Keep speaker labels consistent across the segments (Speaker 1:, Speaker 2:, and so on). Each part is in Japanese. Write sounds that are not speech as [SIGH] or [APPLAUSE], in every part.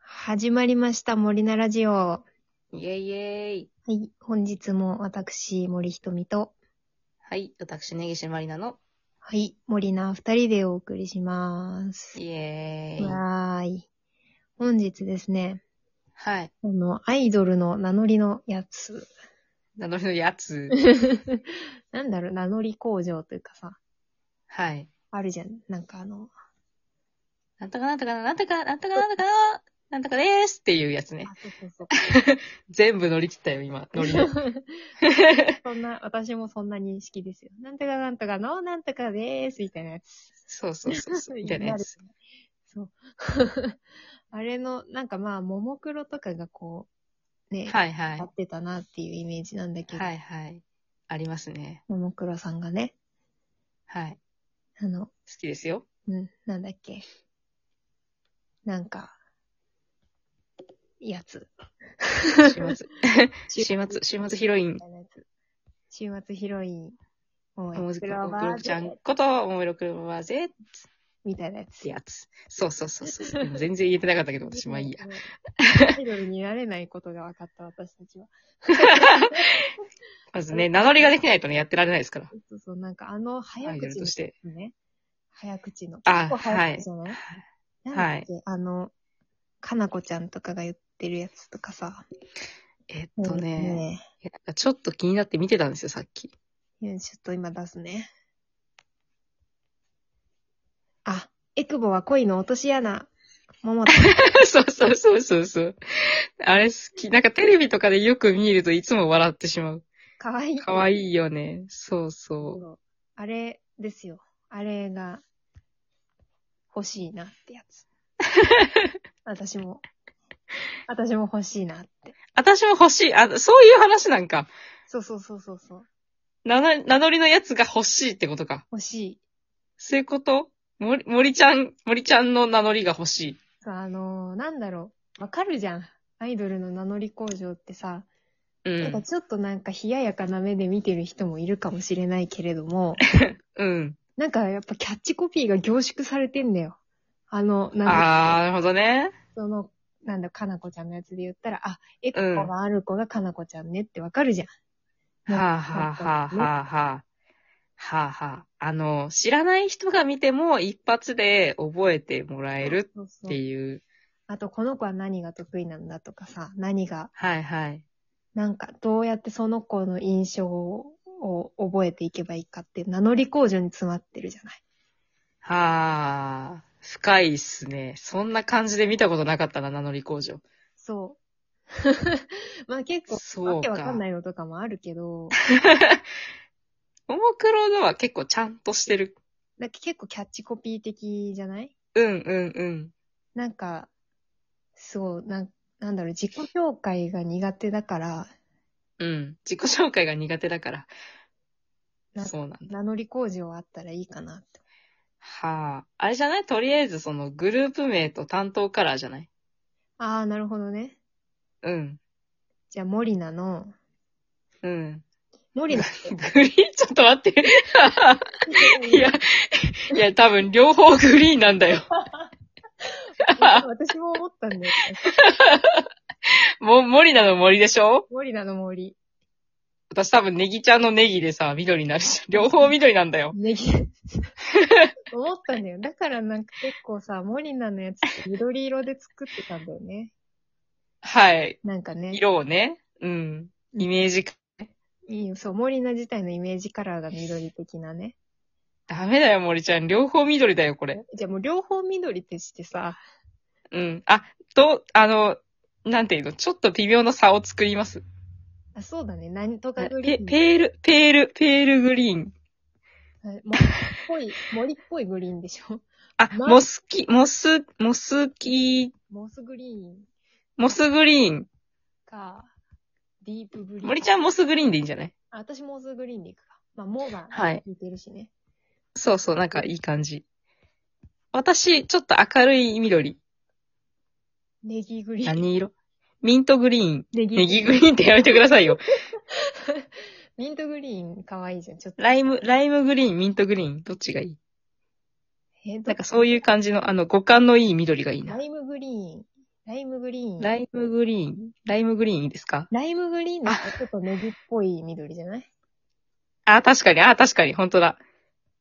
Speaker 1: 始まりました、森菜ラジオ。は
Speaker 2: イエイイエイ。
Speaker 1: い、本日も私、森ひとみと、
Speaker 2: はい、私、根岸まりなの。
Speaker 1: はい、森菜二人でお送りします。
Speaker 2: イエーイ。
Speaker 1: わーい。本日ですね、
Speaker 2: はい。
Speaker 1: あの、アイドルの名乗りのや
Speaker 2: [LAUGHS]
Speaker 1: つ。
Speaker 2: 名乗りのや [LAUGHS] つ。
Speaker 1: なんだろう、名乗り工場というかさ、
Speaker 2: はい。
Speaker 1: あるじゃん。なんかあの、
Speaker 2: なんとかなんとかなんとかなんとかなんとかのなんとかでーすっていうやつね。
Speaker 1: あ、そうそう
Speaker 2: 全部乗り切ったよ、今。乗り。
Speaker 1: そう。 [LAUGHS] そんな、私もそんな認識ですよ。なんとかなんとかの、なんとかでーす、みたいなやつ。
Speaker 2: [LAUGHS] そうそうそうそう。 [LAUGHS] みたいなやつ。
Speaker 1: そう。 [LAUGHS] あれの、なんかまあ、ももクロとかがこう、ね、
Speaker 2: はいはい
Speaker 1: や。ってたなっていうイメージなんだけど、
Speaker 2: はいはい。ありますね。
Speaker 1: ももクロさんがね、
Speaker 2: はい。
Speaker 1: あの、
Speaker 2: 好きです [LAUGHS] よ。
Speaker 1: うん、なんだっけ。なんか、やつ。
Speaker 2: 週末。週末、週末ヒロイン
Speaker 1: み。たいなやつ。週末ヒロイン、も
Speaker 2: もも
Speaker 1: も
Speaker 2: ず
Speaker 1: ク
Speaker 2: く
Speaker 1: ロ
Speaker 2: も
Speaker 1: バ
Speaker 2: くろ
Speaker 1: ー
Speaker 2: くちゃん
Speaker 1: で
Speaker 2: こと、ももろくろはぜっ
Speaker 1: みたいなやつ
Speaker 2: て。やつ。そうそうそう [LAUGHS] そう。でも全然言えてなかったけど、私、まあいいや。
Speaker 1: [LAUGHS] や。アイドルになれないことが分かった、私たちは。
Speaker 2: まず [LAUGHS] ね、名乗りができないとね、やってられないですから。
Speaker 1: そうそう、なんかあの、早
Speaker 2: アイドル
Speaker 1: 口
Speaker 2: と
Speaker 1: の
Speaker 2: して。
Speaker 1: ね。早口の。
Speaker 2: あ
Speaker 1: 結構早口じゃない、なんだっけ、あの、かなこちゃんとかが言ってるやつとかさ。
Speaker 2: えっとね、いやなんかちょっと気になって見てたんですよ、さっき。 [LAUGHS]
Speaker 1: え。いやちょっと今出すね。あ、エクボは恋の落とし穴。桃
Speaker 2: [LAUGHS]
Speaker 1: 太
Speaker 2: そうそうそうそうそう。あれ好き。なんかテレビとかでよく見るといつも笑ってしまう。
Speaker 1: かわいい。
Speaker 2: かわいいよね。そうそう。
Speaker 1: そうあれですよ。あれが欲しいなってや
Speaker 2: [LAUGHS]
Speaker 1: つ。私も。私も欲しいなって。
Speaker 2: 私も欲しい。あ、そういう話なんか。
Speaker 1: そうそうそうそうそう。
Speaker 2: 名乗名乗りのやつが欲しいってことか。
Speaker 1: 欲しい。
Speaker 2: そういうこと森、森ちゃん、森ちゃんの名乗りが欲しい。
Speaker 1: そう、あのーなんだろう。わかるじゃん。アイドルの名乗り工場ってさ、
Speaker 2: う
Speaker 1: なんか
Speaker 2: ん。
Speaker 1: ちょっとなんか冷ややかな目で見てる人もいるかもしれないけれども、
Speaker 2: うん。
Speaker 1: なんかやっぱキャッチコピーが凝縮されてんだよ。あの、なんか、
Speaker 2: あー、なるほどね。
Speaker 1: その、なんだ、かなこちゃんのやつで言ったら、あ、エクコがある子がかなこちゃんねってわかるじゃん。
Speaker 2: はあはあはあはあはあ。はあはあ。あの、知らない人が見ても一発で覚えてもらえる
Speaker 1: そうそ
Speaker 2: っ
Speaker 1: う
Speaker 2: ていう。
Speaker 1: あと、この子は何が得意なんだとかさ、何が、
Speaker 2: はいはい。
Speaker 1: なんか、どうやってその子の印象を覚えていけばいいかって、名乗り工場に詰まってるじゃない。
Speaker 2: はあ。深いっすね。そんな感じで見たことなかったな、名乗り工場。
Speaker 1: [LAUGHS] そう。まあ結構、
Speaker 2: そ
Speaker 1: わ
Speaker 2: う
Speaker 1: けわか
Speaker 2: か
Speaker 1: ん。ないのとかもあるけど、
Speaker 2: ももクロのは結構ちゃんとしてる。
Speaker 1: なんか結構キャッチコピー的じゃない
Speaker 2: うんうんうん。
Speaker 1: なんか、そう、なんなんだろう、自己紹介が苦手だから、
Speaker 2: うん。自己紹介が苦手だから。
Speaker 1: な
Speaker 2: そうなんだ。
Speaker 1: 名乗り工場あったらいいかなって。
Speaker 2: はあ。あれじゃないとりあえずそのグループ名と担当カラーじゃない
Speaker 1: ああ、なるほどね。
Speaker 2: うん。
Speaker 1: じゃあ、森菜の、
Speaker 2: うん。
Speaker 1: 森菜。
Speaker 2: グリーン、ちょっと待って。 [LAUGHS]
Speaker 1: [LAUGHS]
Speaker 2: いや、いや、多分両方グリーンなんだよ。
Speaker 1: 私も思ったんだよ。
Speaker 2: も、森なの森でしょ
Speaker 1: 森菜の森。
Speaker 2: 私多分ネギちゃんのネギでさ、緑になる
Speaker 1: [LAUGHS]
Speaker 2: じゃん。両方緑なんだよ。
Speaker 1: ネ
Speaker 2: [LAUGHS]
Speaker 1: ギ。思ったんだよ。だからなんか結構さ、森菜のやつって緑色で作ってたんだよね。
Speaker 2: はい。
Speaker 1: なんかね。
Speaker 2: 色をね。うん。イメージ。
Speaker 1: いいよ。そう、森菜自体のイメージカラーが緑的なね。
Speaker 2: ダメだよ、森ちゃん。両方緑だよ、これ。
Speaker 1: じゃあもう両方緑ってしてさ、
Speaker 2: うん。あ、と、あの、なんていうの、ちょっと微妙な差を作ります。
Speaker 1: あ、そうだね。何とか
Speaker 2: ペ
Speaker 1: グリーン。
Speaker 2: ペール、ペール、ペールグリーン。
Speaker 1: はい森っぽい、森っぽいグリーンでしょ。
Speaker 2: あ、
Speaker 1: ま
Speaker 2: モスキ、モス、モスキ、
Speaker 1: モスグリーン
Speaker 2: モスグリーン。
Speaker 1: か、ディープグリーン。
Speaker 2: 森ちゃんモスグリーンでいいんじゃない
Speaker 1: あ私モスグリーンでいくか。まあ、モが
Speaker 2: はい。
Speaker 1: 似てるしね。
Speaker 2: そうそう、なんかいい感じ。私、ちょっと明るい緑。
Speaker 1: ネギグリーン。
Speaker 2: 何色ミントグリーン。
Speaker 1: ネギ
Speaker 2: ネギグリーンってやめてくださいよ。
Speaker 1: ミントグリーンかわいいじゃん。ちょっと。
Speaker 2: ライム、ライムグリーン、ミントグリーン、どっちがいい
Speaker 1: えー、
Speaker 2: なんかそういう感じの、あの、五感のいい緑がいいな。
Speaker 1: ライムグリーン。ライムグリーン。
Speaker 2: ライムグリーン。ライムグリーンいいですか
Speaker 1: ライムグリーンのちょっとネギっぽい緑じゃない
Speaker 2: あ、確かに、あ、確かに、本当だ。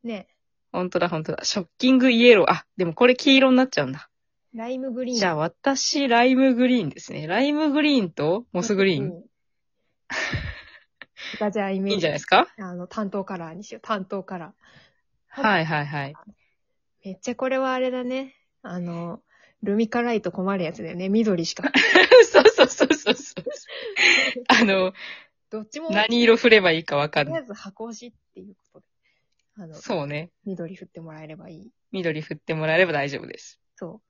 Speaker 1: ね
Speaker 2: 本当だ、本当だ。ショッキングイエロー。あ、でもこれ黄色になっちゃうんだ。
Speaker 1: えライムグリーン。
Speaker 2: じゃあ私、ライムグリーンですね。ライムグリーンとモスグリ
Speaker 1: [LAUGHS]
Speaker 2: ーン。。
Speaker 1: ガチャイメージ。
Speaker 2: いいんじゃないですか
Speaker 1: あの、担当カラーにしよう。担当カラー。
Speaker 2: はいはいはい。
Speaker 1: めっちゃこれはあれだね。あの、ルミカライト困るやつだよね。緑し
Speaker 2: [LAUGHS]
Speaker 1: か。
Speaker 2: [LAUGHS] そうそうそうそうそう。あの、
Speaker 1: どっちも、
Speaker 2: 何色振ればいいかわか
Speaker 1: とり
Speaker 2: んな
Speaker 1: あ
Speaker 2: い。
Speaker 1: えず箱押しっていうことで。あの、
Speaker 2: そうね。
Speaker 1: 緑振ってもらえればいい。
Speaker 2: 緑振ってもらえれば大丈夫です。
Speaker 1: そ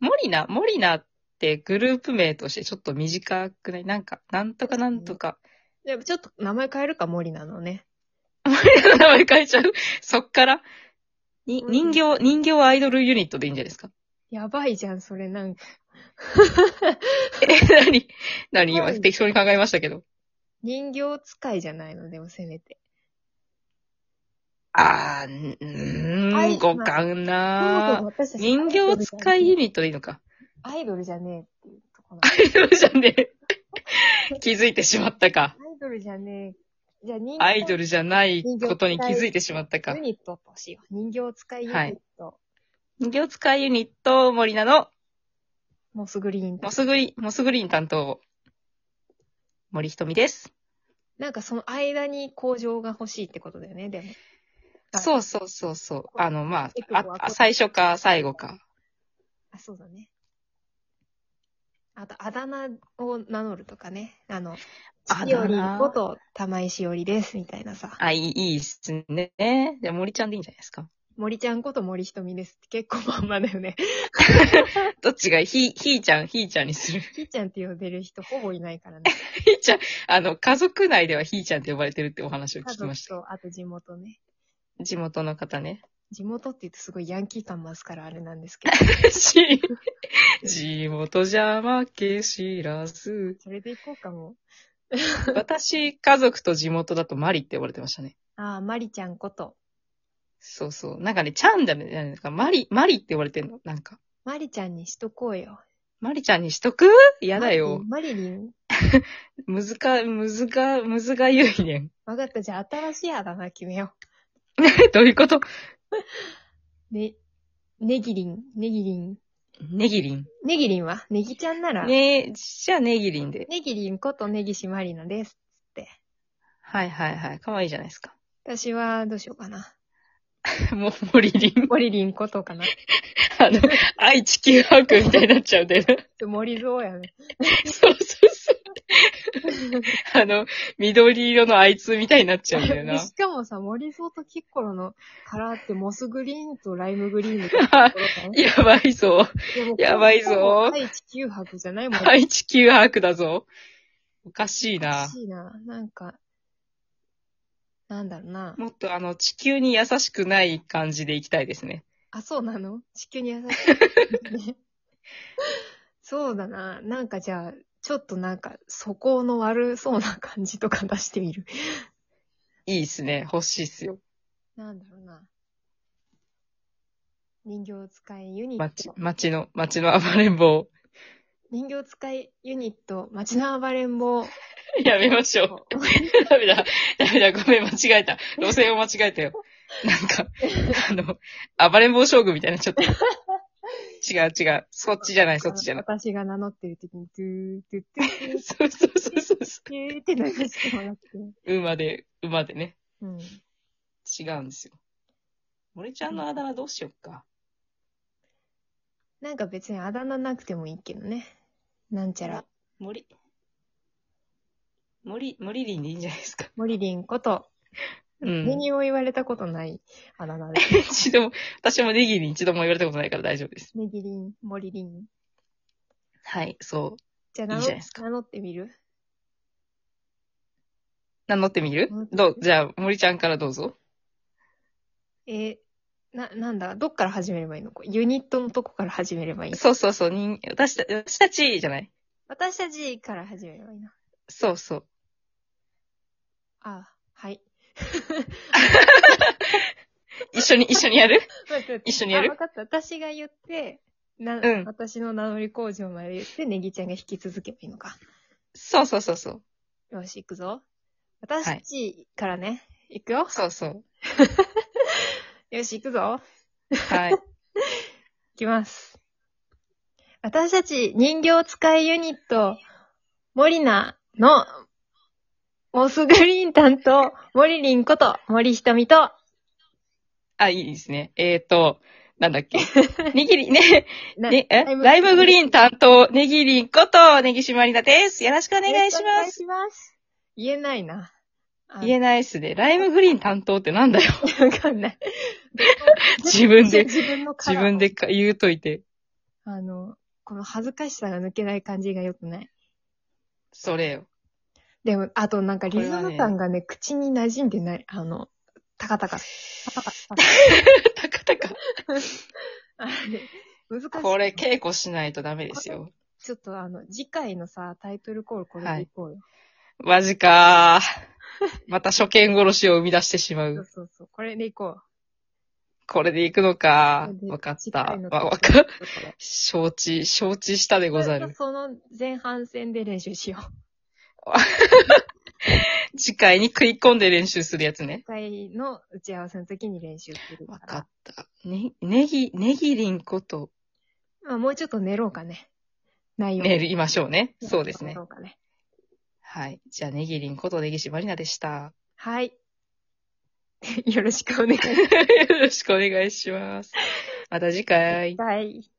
Speaker 2: モリナ、モリナってグループ名としてちょっと短くないなんか、なんとかなんとか。
Speaker 1: う。でもちょっと名前変えるか、森なのね。
Speaker 2: 名前変えちゃう [LAUGHS] そっから。に人形、人形アイドルユニットでいいんじゃないですか
Speaker 1: やばいじゃん、それなんか。
Speaker 2: え、 [LAUGHS] なになに
Speaker 1: は
Speaker 2: 今
Speaker 1: い
Speaker 2: 適当に考えましたけど。
Speaker 1: 人形使いじゃないの、でもせめて。
Speaker 2: あー、うー
Speaker 1: は
Speaker 2: ん、
Speaker 1: い
Speaker 2: 五感な
Speaker 1: [LAUGHS]
Speaker 2: ー
Speaker 1: 私たち
Speaker 2: 人形使いユニットでいいのか。
Speaker 1: アイドルじゃねえっていうところ。
Speaker 2: アイドルじゃねえ。 [LAUGHS] 気づいてしまったか。
Speaker 1: アイドルじゃねえ。じゃあ人形
Speaker 2: アイドルじゃないことに気づいてしまったか
Speaker 1: ユ。ニットとしよう。人形使いユニット。
Speaker 2: 人形使いユニット、森菜の、
Speaker 1: モスグリーンと
Speaker 2: モ。スグリ、モスグリーン担当、森ひとみです。
Speaker 1: なんかその間に工場が欲しいってことだよね、でも。はい
Speaker 2: そうそうそうそう。あの、ま
Speaker 1: 結
Speaker 2: あ、
Speaker 1: 構
Speaker 2: あ、あ最初か最後か。
Speaker 1: あ、そうだね。あと、あだ名を名乗るとかね。あの、
Speaker 2: あだ名
Speaker 1: しおりこと玉井しおりです、みたいなさ。
Speaker 2: あ、いい、いいっすね。じゃあ森ちゃんでいいんじゃないですか。
Speaker 1: 森ちゃんこと森ひとみですって結構まんまだよね。
Speaker 2: どっちがいいひ、ひーちゃん、ひーちゃんにする。 [LAUGHS]
Speaker 1: ひーちゃんって呼んでる人ほぼいないからね。
Speaker 2: ひーちゃん、あの、家族内ではひーちゃんって呼ばれてるってお話を
Speaker 1: 家
Speaker 2: 聞きまし
Speaker 1: 族
Speaker 2: た。
Speaker 1: と、あと地元ね。
Speaker 2: 地元の方ね。 [LAUGHS]
Speaker 1: 地元って言うとすごいヤンキー感増すからあれなんですけど。
Speaker 2: し地元じゃ負け知らず。
Speaker 1: それでいこうかも。
Speaker 2: 私、家族と地元だとマリって呼ばれてましたね。
Speaker 1: ああ、まりちゃんこと。
Speaker 2: そうそう。なんかね、ちゃんだね。なんか、マリ、マリって言われてんの。なんか、
Speaker 1: まりちゃんにしとこうよ。
Speaker 2: マリちゃんにしとく嫌だよ。
Speaker 1: マリリン。マリリン
Speaker 2: むずか、むずか、むずがゆいねん。 [LAUGHS]
Speaker 1: わかった。じゃあ、新しいあだ名決めよ
Speaker 2: どういうこと
Speaker 1: う。ね、ねぎりん、ねぎりん。
Speaker 2: ネギリン。
Speaker 1: ねぎりんはねぎちゃんなら、ね
Speaker 2: ねじゃあネギリンで。
Speaker 1: ぎりんことねぎしまりなです。って。
Speaker 2: はいはいはい。かわいいじゃないですか。
Speaker 1: 私は、どうしようかな。
Speaker 2: [LAUGHS] もう、森リン。
Speaker 1: 森りんことかな。
Speaker 2: あの、愛地球博みたいになっちゃ [LAUGHS] うんだよな。
Speaker 1: 森蔵やね。
Speaker 2: そうそうそう。あの、緑色のあいつみたいになっちゃうんだよな。
Speaker 1: しかもさ、森蔵とキッコロのカラーってモスグリーンとライムグリーンみたいなところかな。
Speaker 2: [LAUGHS] やばいぞ。
Speaker 1: でも
Speaker 2: やばいぞ
Speaker 1: これほぼ第地球博じゃないもん。
Speaker 2: 愛地球博だぞ。おかしい
Speaker 1: お
Speaker 2: な
Speaker 1: か。しいな。なんか、なんだろうな。
Speaker 2: もっとあの、地球に優しくない感じでいきたいですね。
Speaker 1: あ、そうなの地球に優しい、
Speaker 2: [LAUGHS]
Speaker 1: ね。そうだな。なんかじゃあ、ちょっとなんか、素行の悪そうな感じとか出してみる。
Speaker 2: いいっすね。欲しいっすよ。
Speaker 1: なんだろうな。人形使いユニッ
Speaker 2: 街
Speaker 1: ト、。
Speaker 2: 街の、街の暴れん坊。
Speaker 1: 人形使いユニット、街の暴れん坊。
Speaker 2: [LAUGHS] やめましょ [LAUGHS] う。ダメだ。ダメだ。ごめん、間違えた。路線を間違えたよ。 [LAUGHS] なんか、あの、暴れん坊将軍みたいにな、ちょっと。違う違う。そっちじゃ [LAUGHS] ない、そっちじゃない。
Speaker 1: 私が名乗ってる時に、ドゥー、ドゥドゥー、
Speaker 2: そうそうそうそうそ
Speaker 1: ドゥーって流してもらって。
Speaker 2: う。馬で、馬でね。
Speaker 1: うん。
Speaker 2: 違うんですよ。俺ちゃんのあだ名どうしよっか。
Speaker 1: なんか別にあだ名なくてもいいけどね。なんちゃら、
Speaker 2: 森。森、森林でいいんじゃないですか。
Speaker 1: 森林こと、
Speaker 2: う
Speaker 1: 何
Speaker 2: ん。
Speaker 1: を言われたことないあだ名で。
Speaker 2: [LAUGHS] 一度も、私もネギに一度も言われたことないから大丈夫です。
Speaker 1: ねぎりん、もりりん。
Speaker 2: はい、そう。
Speaker 1: じゃあ名
Speaker 2: いい
Speaker 1: 乗
Speaker 2: じゃないですか
Speaker 1: 名乗ってみる
Speaker 2: 名乗ってみる
Speaker 1: うん
Speaker 2: どうじゃあ、森ちゃんからどうぞ。
Speaker 1: えーな、なんだ、どっから始めればいいのこうユニットのとこから始めればいい
Speaker 2: そうそうそう、人私た私たちじゃない。
Speaker 1: 私たちから始めればいいな。
Speaker 2: そうそう。
Speaker 1: あ、はい。
Speaker 2: 一緒に、一緒にやる
Speaker 1: 待って待って
Speaker 2: [LAUGHS] 一緒にやる
Speaker 1: あ、わかった。私が言って、な、
Speaker 2: うん
Speaker 1: 私の名乗り工場まで言って、ネギちゃんが引き続けばいいのか。
Speaker 2: そうそうそうそう。
Speaker 1: よし、行くぞ。私たちからね、行くよ。
Speaker 2: そうそう。
Speaker 1: よし、行くぞ。
Speaker 2: はい。 [LAUGHS]
Speaker 1: いきます。私たち人形使いユニット、モリナの、モスグリーン担当、モリリンこと、森ひとみと、
Speaker 2: あ、いいですね。えーと、なんだっ [LAUGHS] け。にぎり、 [LAUGHS] ね、
Speaker 1: な
Speaker 2: ね、え
Speaker 1: ライブ
Speaker 2: ライブグリーン担当、ねぎりんこと、ねぎしまりなです。よろしくお願いし
Speaker 1: よろ
Speaker 2: ます。
Speaker 1: くお願いします。言えないな。あ
Speaker 2: 言えないっすね。ライブグリーン担当ってなんだよ。
Speaker 1: わかんない。
Speaker 2: 自分で、
Speaker 1: 自分のカ
Speaker 2: 自
Speaker 1: ラー
Speaker 2: 分でか言うといて。
Speaker 1: あの、この恥ずかしさが抜けない感じが良くない。
Speaker 2: それよ。
Speaker 1: でも、あとなんかリズ
Speaker 2: これは
Speaker 1: ム
Speaker 2: ね
Speaker 1: 感がね、口に馴染んでない。あの、タカタカ。タカタカ。
Speaker 2: たかたか。
Speaker 1: あれ、難しい。
Speaker 2: これ稽古しないとダメですよ。
Speaker 1: ちょっとあの、次回のさ、タイトルコールこれ
Speaker 2: は
Speaker 1: で
Speaker 2: い
Speaker 1: いこうよ。
Speaker 2: マジかー。また初見殺しを生み出してしま
Speaker 1: そう
Speaker 2: う。
Speaker 1: そうそう、これでいこ
Speaker 2: これで行くのか
Speaker 1: これ。で
Speaker 2: わかった。
Speaker 1: 近いのと
Speaker 2: わ、わか
Speaker 1: う。、これ
Speaker 2: 承知、承知したでござる。
Speaker 1: その前半戦で練習しよう。
Speaker 2: 次回に食い込んで練習するやつね。
Speaker 1: 次回の打ち合わせの時に練習する
Speaker 2: わ
Speaker 1: か
Speaker 2: からっ。た。ね、ねぎ、ねぎりんこと、
Speaker 1: まあ、もうちょっと寝ろうかね。内容。
Speaker 2: ね、いましょうね。そうです
Speaker 1: 寝
Speaker 2: ね
Speaker 1: ろ。うかね。
Speaker 2: はい。じゃあ、ねぎりんこと、ねぎしまりな
Speaker 1: [LAUGHS]
Speaker 2: でした。
Speaker 1: はい。よろしくお願いし
Speaker 2: よろしくお願いします。また次回。
Speaker 1: ます。はい。